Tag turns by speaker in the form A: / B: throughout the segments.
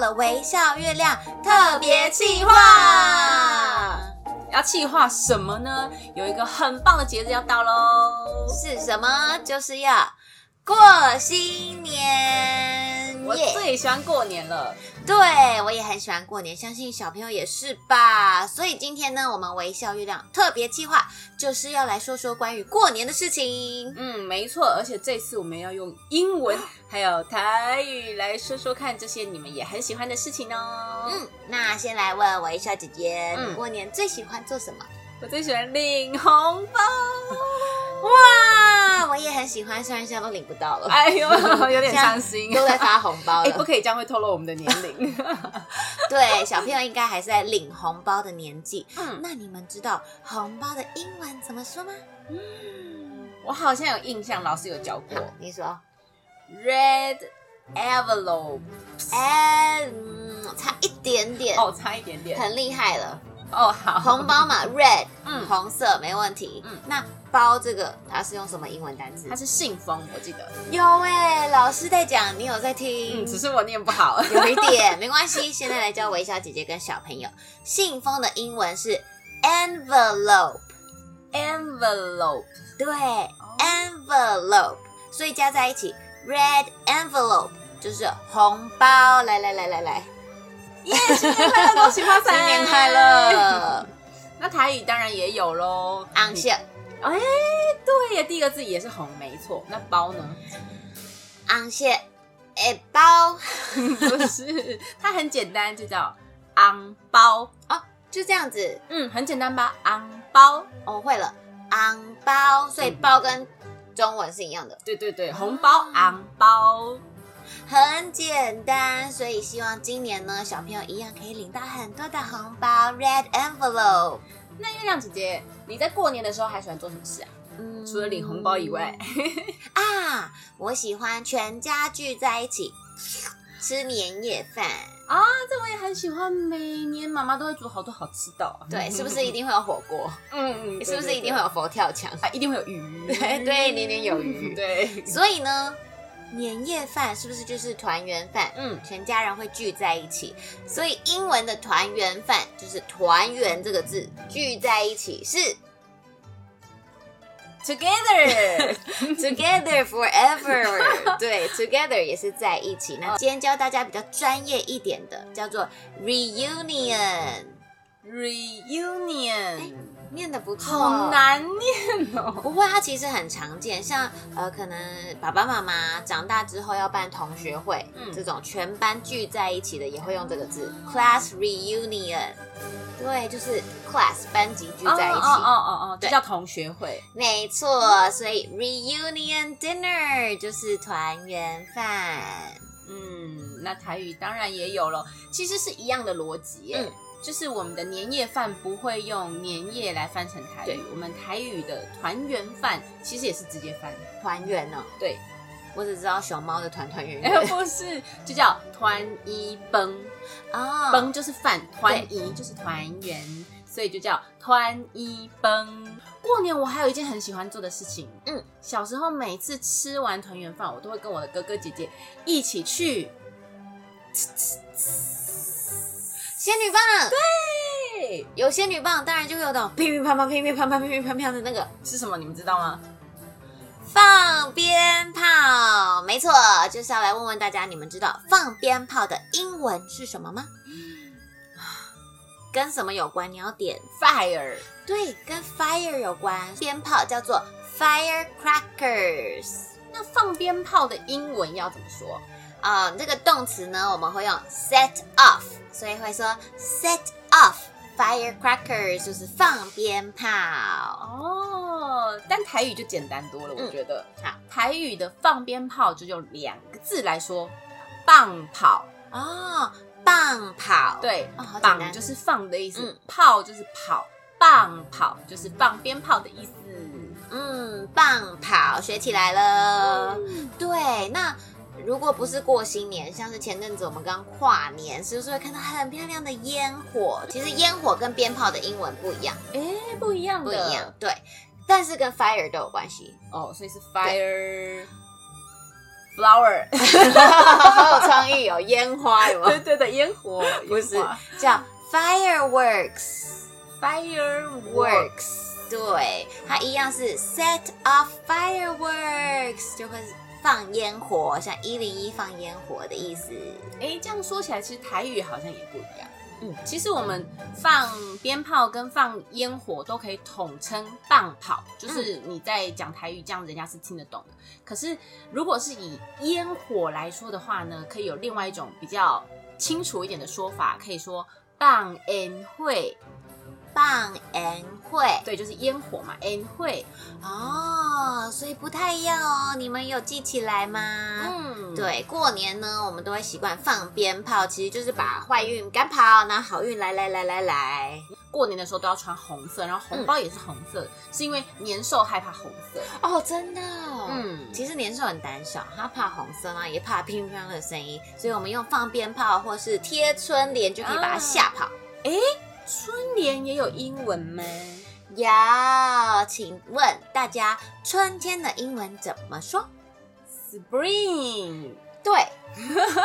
A: 的微笑月亮特别企划。
B: 要计划什么呢？有一个很棒的节日要到喽！
A: 是什么？就是要过新年
B: 我
A: 耶！
B: 最喜欢过年了，
A: 对我也很喜欢过年，相信小朋友也是吧。所以今天呢，我们微笑月亮特别计划就是要来说说关于过年的事情。
B: 嗯，没错，而且这次我们要用英文还有台语来说说看这些你们也很喜欢的事情哦。嗯，
A: 嗯，那先来问微笑姐姐，
B: 嗯
A: 你过年最喜欢做什么？
B: 我最喜欢领红包，
A: 哇，我也很喜欢，虽然现在都领不到了，
B: 哎 呦，有点伤心。
A: 都在发红包
B: 哎，
A: 了。
B: 不可以这样，会透露我们的年龄。
A: 对，小朋友应该还是在领红包的年纪。
B: 嗯，
A: 那你们知道红包的英文怎么说吗？
B: 我好像有印象，老师有教过
A: 好，你说。嗯
B: red envelope。
A: 哎、嗯，差一点点，
B: 哦，差一点点。
A: 很厉害了。
B: 哦，好，
A: 红包嘛，red，
B: 嗯
A: 红色没问题。
B: 嗯
A: 那包这个它是用什么英文单词
B: 它？是信封，我记得。
A: 有哎、老师在讲，你有在听？
B: 嗯，只是我念不好。
A: 有一点没关系。现在来教微笑姐姐跟小朋友，信封的英文是 envelope，
B: envelope。
A: 对，envelope，所以加在一起，red envelope 就是红包。来来来来来，
B: 耶！ 新年快乐，恭喜发财！
A: 新年快！乐，
B: 那台语当然也有喽。
A: 昂秀，
B: 哎，对呀，第一个字也是红，没错。那包 呢？
A: 昂秀，哎包
B: 不是，它很简单，就叫昂包。
A: 哦，就这样子，
B: 嗯，很简单吧？昂包。
A: 哦会了，昂包，所以包跟中文是一样的，
B: 对对对，红包昂包。
A: 很简单。所以希望今年呢，小朋友一样可以领到很多的红包，red envelope。
B: 那月亮姐姐，你在过年的时候还喜欢做什么事啊？
A: 嗯
B: 除了领红包以外，
A: 啊，我喜欢全家聚在一起吃年夜饭。
B: 我也很喜欢，每年妈妈都会煮好多好吃的哦。
A: 对，是不是一定会有火锅？
B: 嗯，嗯
A: 是不是一定会？有佛跳墙？
B: 对对对啊，一定会有 鱼。
A: 对对年年有余
B: 对，
A: 所以呢，年夜饭是不是就是团圆饭？
B: 嗯，
A: 全家人会聚在一起，所以英文的团圆饭就是“团圆”这个字，聚在一起是
B: together，
A: together forever 对。together 也是在一起。那今天教大家比较专业一点的，叫做 reunion。
B: reunion，
A: 念的不错，
B: 好难念哦。
A: 不会，它其实很常见，像呃，可能爸爸妈妈长大之后要办同学会，
B: 嗯
A: 这种全班聚在一起的也会用这个字，class reunion。对，就是 class 班级聚在一起，
B: 哦哦哦哦哦，这
A: 对
B: 叫同学会。
A: 没错。所以 reunion dinner 就是团圆饭。
B: 嗯，那台语当然也有咯，其实是一样的逻辑耶。
A: 嗯
B: 就是我们的年夜饭不会用年夜来翻成台语
A: 对，
B: 我们台语的团圆饭其实也是直接翻，
A: 团圆哦呢、
B: 对，
A: 我只知道熊猫的团团圆
B: 哎，
A: 圆
B: 不是，就叫团一崩，
A: 啊
B: 崩就是饭，团一就是团圆，所以就叫团一崩。过年我还有一件很喜欢做的事情，
A: 嗯，
B: 小时候每次吃完团圆饭，我都会跟我的哥哥姐姐一起去，
A: 仙女棒，对，
B: 嘿，
A: 有仙女棒，当然就会有那种乒乒乓乓、乒乒乓乓、乒乒乓乓的那个。
B: 是什么？你们知道吗？
A: 放鞭炮，没错，就是要来问问大家，你们知道放鞭炮的英文是什么吗？ 跟什么有关？你要点
B: fire，
A: 对，跟 fire 有关，鞭炮叫做 firecrackers。
B: 那放鞭炮的英文要怎么说？
A: 啊、这个动词呢，我们会用 set off，所以会说 set off firecrackers，就是放鞭炮。
B: 哦，但台语就简单多了，我
A: 嗯
B: 觉得。
A: 好，
B: 台语的放鞭炮就用两个字来说，棒跑。
A: 哦，棒跑，，
B: 对，
A: 哦，好简
B: 棒
A: 单
B: 就。是放的意思，
A: 嗯
B: 炮就是跑，棒跑就是放鞭炮的意思。
A: 嗯，棒跑学起来
B: 呃
A: 了。对，那如果不是过新年，像是前阵子我们刚跨年，是不是会看到很漂亮的烟火？其实烟火跟鞭炮的英文不一样，
B: 哎、不一样的，
A: 不一样， 对，但是跟 fire 都有关系。
B: 哦，所以是 fire flower，
A: 好有创意哦，烟花有没
B: 对
A: 有？
B: 对对，烟火
A: 不是叫 fireworks
B: firework，
A: works，对，它一样是 set off fireworks，就会放烟火，像一零一放烟火的意思。
B: 哎，这样说起来，其实台语好像也不一样。
A: 嗯
B: 嗯，其实我们放鞭炮跟放烟火都可以统称棒炮，就是你在讲台语，这样人家是听得懂的。可是如果是以烟火来说的话呢，可以有另外一种比较清楚一点的说法，可以说棒烟会，
A: 棒宴会
B: 对，就是烟火嘛，烟会。
A: 哦，所以不太一样哦，你们有记起来吗？
B: 嗯，
A: 对，过年呢，我们都会习惯放鞭炮，其实就是把坏运赶跑，然后好运来来来来来。
B: 过年的时候都要穿红色，然后红包也是红色，是因为年兽害怕红色。
A: 哦，真的、嗯，
B: 嗯，
A: 其实年兽很胆小，他怕红色嘛，也怕乒乒乓乓的声音，所以我们用放鞭炮或是贴春联就可以把它吓跑。
B: 春联也有英文吗？
A: 呀、请问大家春天的英文怎么说？
B: Spring，
A: 对，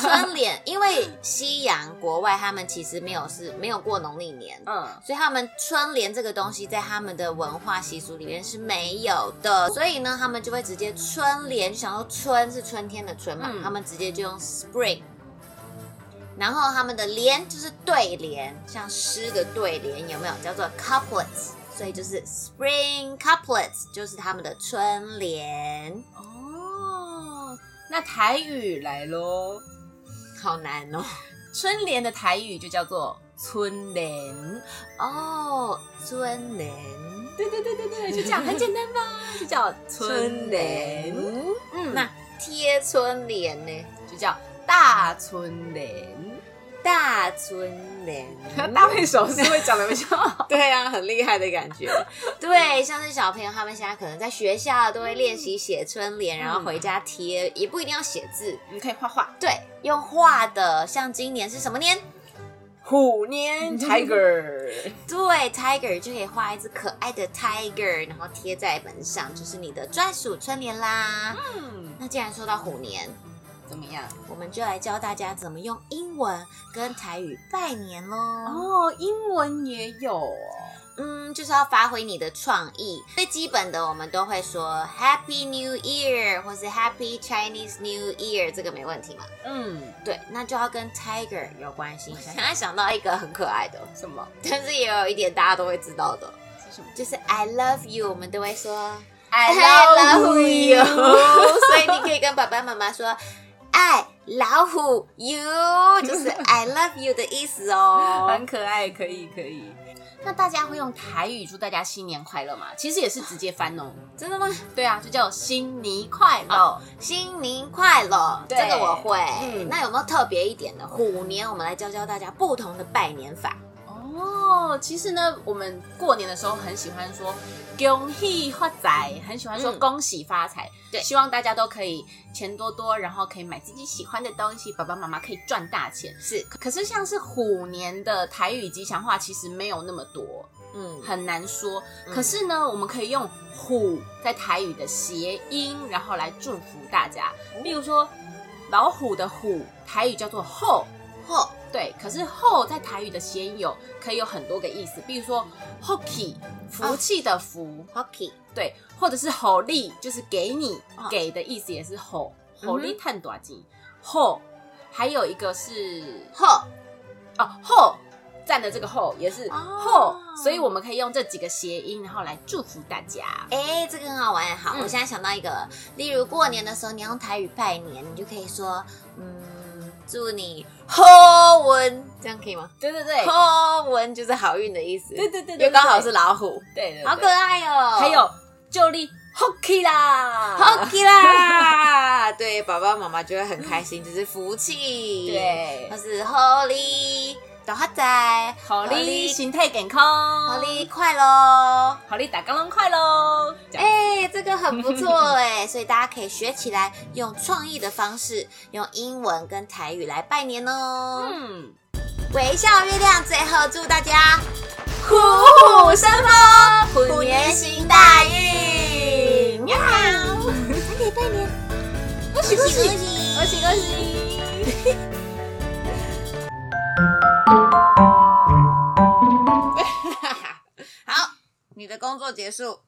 A: 春联，因为西洋国外他们其实没有是没有过农历年，
B: 嗯，
A: 所以他们春联这个东西在他们的文化习俗里面是没有的，所以呢，他们就会直接春联，就想说春是春天的春嘛，
B: 嗯
A: 他们直接就用 spring。然后他们的联就是对联，像诗的对联有没有叫做 couplets？所以就是 spring couplets 就是他们的春联，
B: 哦，那台语来喽，
A: 好难哦。
B: 春联的台语就叫做春联，
A: 哦，春联，
B: 对对对对对，就这样，很简单 吧，就叫春联，嗯，
A: 那贴春联呢？
B: 就叫大春联，，
A: 大春联
B: 搭配手势会讲的比较好，
A: 对啊，很厉害的感觉。 对，像是小朋友他们现在可能在学校都会练习写春联，然后回家贴，也不一定要写字，
B: 你可以画画，
A: 对，用画的。像今年是什么年？
B: 虎 年 tiger，
A: 对，tiger 就可以画一只可爱的 tiger，然后贴在门上，就是你的专属春联啦。
B: 嗯，
A: 那既然说到虎年，
B: 怎么样？
A: 我们就来教大家怎么用英文跟台语拜年喽。
B: 哦，英文也有哦，
A: 嗯，就是要发挥你的创意。最基本的，我们都会说 Happy New Year 或是 Happy Chinese New Year，这个没问题嘛？
B: 嗯，
A: 对，那就要跟 Tiger 有关系。 现在想到一个很可爱的，
B: 什么？
A: 但是也有一点大家都会知道的，
B: 是什么？
A: 就是 I love you，我们都会 说
B: I
A: love you 所以你可以跟爸爸妈妈说爱老虎 you，就是 I love you 的意思哦。
B: 蛮可爱，可以可以。那大家会用台语祝大家新年快乐吗？其实也是直接翻哦。啊
A: 真的吗？
B: 对啊，就叫新年快乐。
A: 哦新年快乐，这
B: 对
A: 个我会。
B: 嗯
A: 那有没有特别一点的虎年？我们来教教大家不同的拜年法。
B: 哦，其实呢，我们过年的时候很喜欢说恭喜发财，很喜欢说
A: 嗯
B: 恭喜发财。
A: 对
B: 希望大家都可以钱多多，然后可以买自己喜欢的东西，爸爸妈妈可以赚大钱。
A: 是，
B: 可可是像是虎年的台语吉祥话，其实没有那么多。
A: 嗯，
B: 很难说。
A: 嗯
B: 可是呢，我们可以用“虎”在台语的谐音，然后来祝福大家。
A: 哦
B: 例如说，老虎的“虎”，台语叫做“后
A: 嚯，”，
B: 对。可是“后”在台语的谐音有可以有很多个意思，比如说 “hockey”，福气的“福
A: hockey，”，
B: 对，或者是“吼力”，就是给你
A: 哦
B: 给的意思，也是“吼”，
A: 嗯哼
B: 吼力探短金“后”，还有一个是
A: 嚯，
B: 哦，后站的这个后也是
A: 哦
B: 后，所以我们可以用这几个谐音，然后来祝福大家。
A: 哎，这个很好玩。好，
B: 嗯
A: 我现在想到一个，例如过年的时候，你用台语拜年，你就可以说，嗯，祝你好运，这样可以吗？
B: 对对对，
A: 好运就是好运的意思，
B: 对对对，
A: 又刚好是老虎，
B: 对，对对，
A: 好可爱哦。
B: 还有就力 hockey 啦
A: hockey 啦，对，爸爸妈妈就会很开心，就是福气。。
B: 对
A: 我，是 Holy 大发财，
B: 好力身体健康，
A: ，Holy 快乐。哦
B: 好力打刚刚快喽。这样
A: 哎、这个很不错 哎、所以大家可以学起来，用创意的方式，用英文跟台语来拜年哦。
B: 嗯，
A: 微笑月亮，最后祝大家虎虎生风，虎年行大运。喵，还可以拜年，不行。喜恭喜
B: 恭喜恭喜！
A: 好，你的工作结束，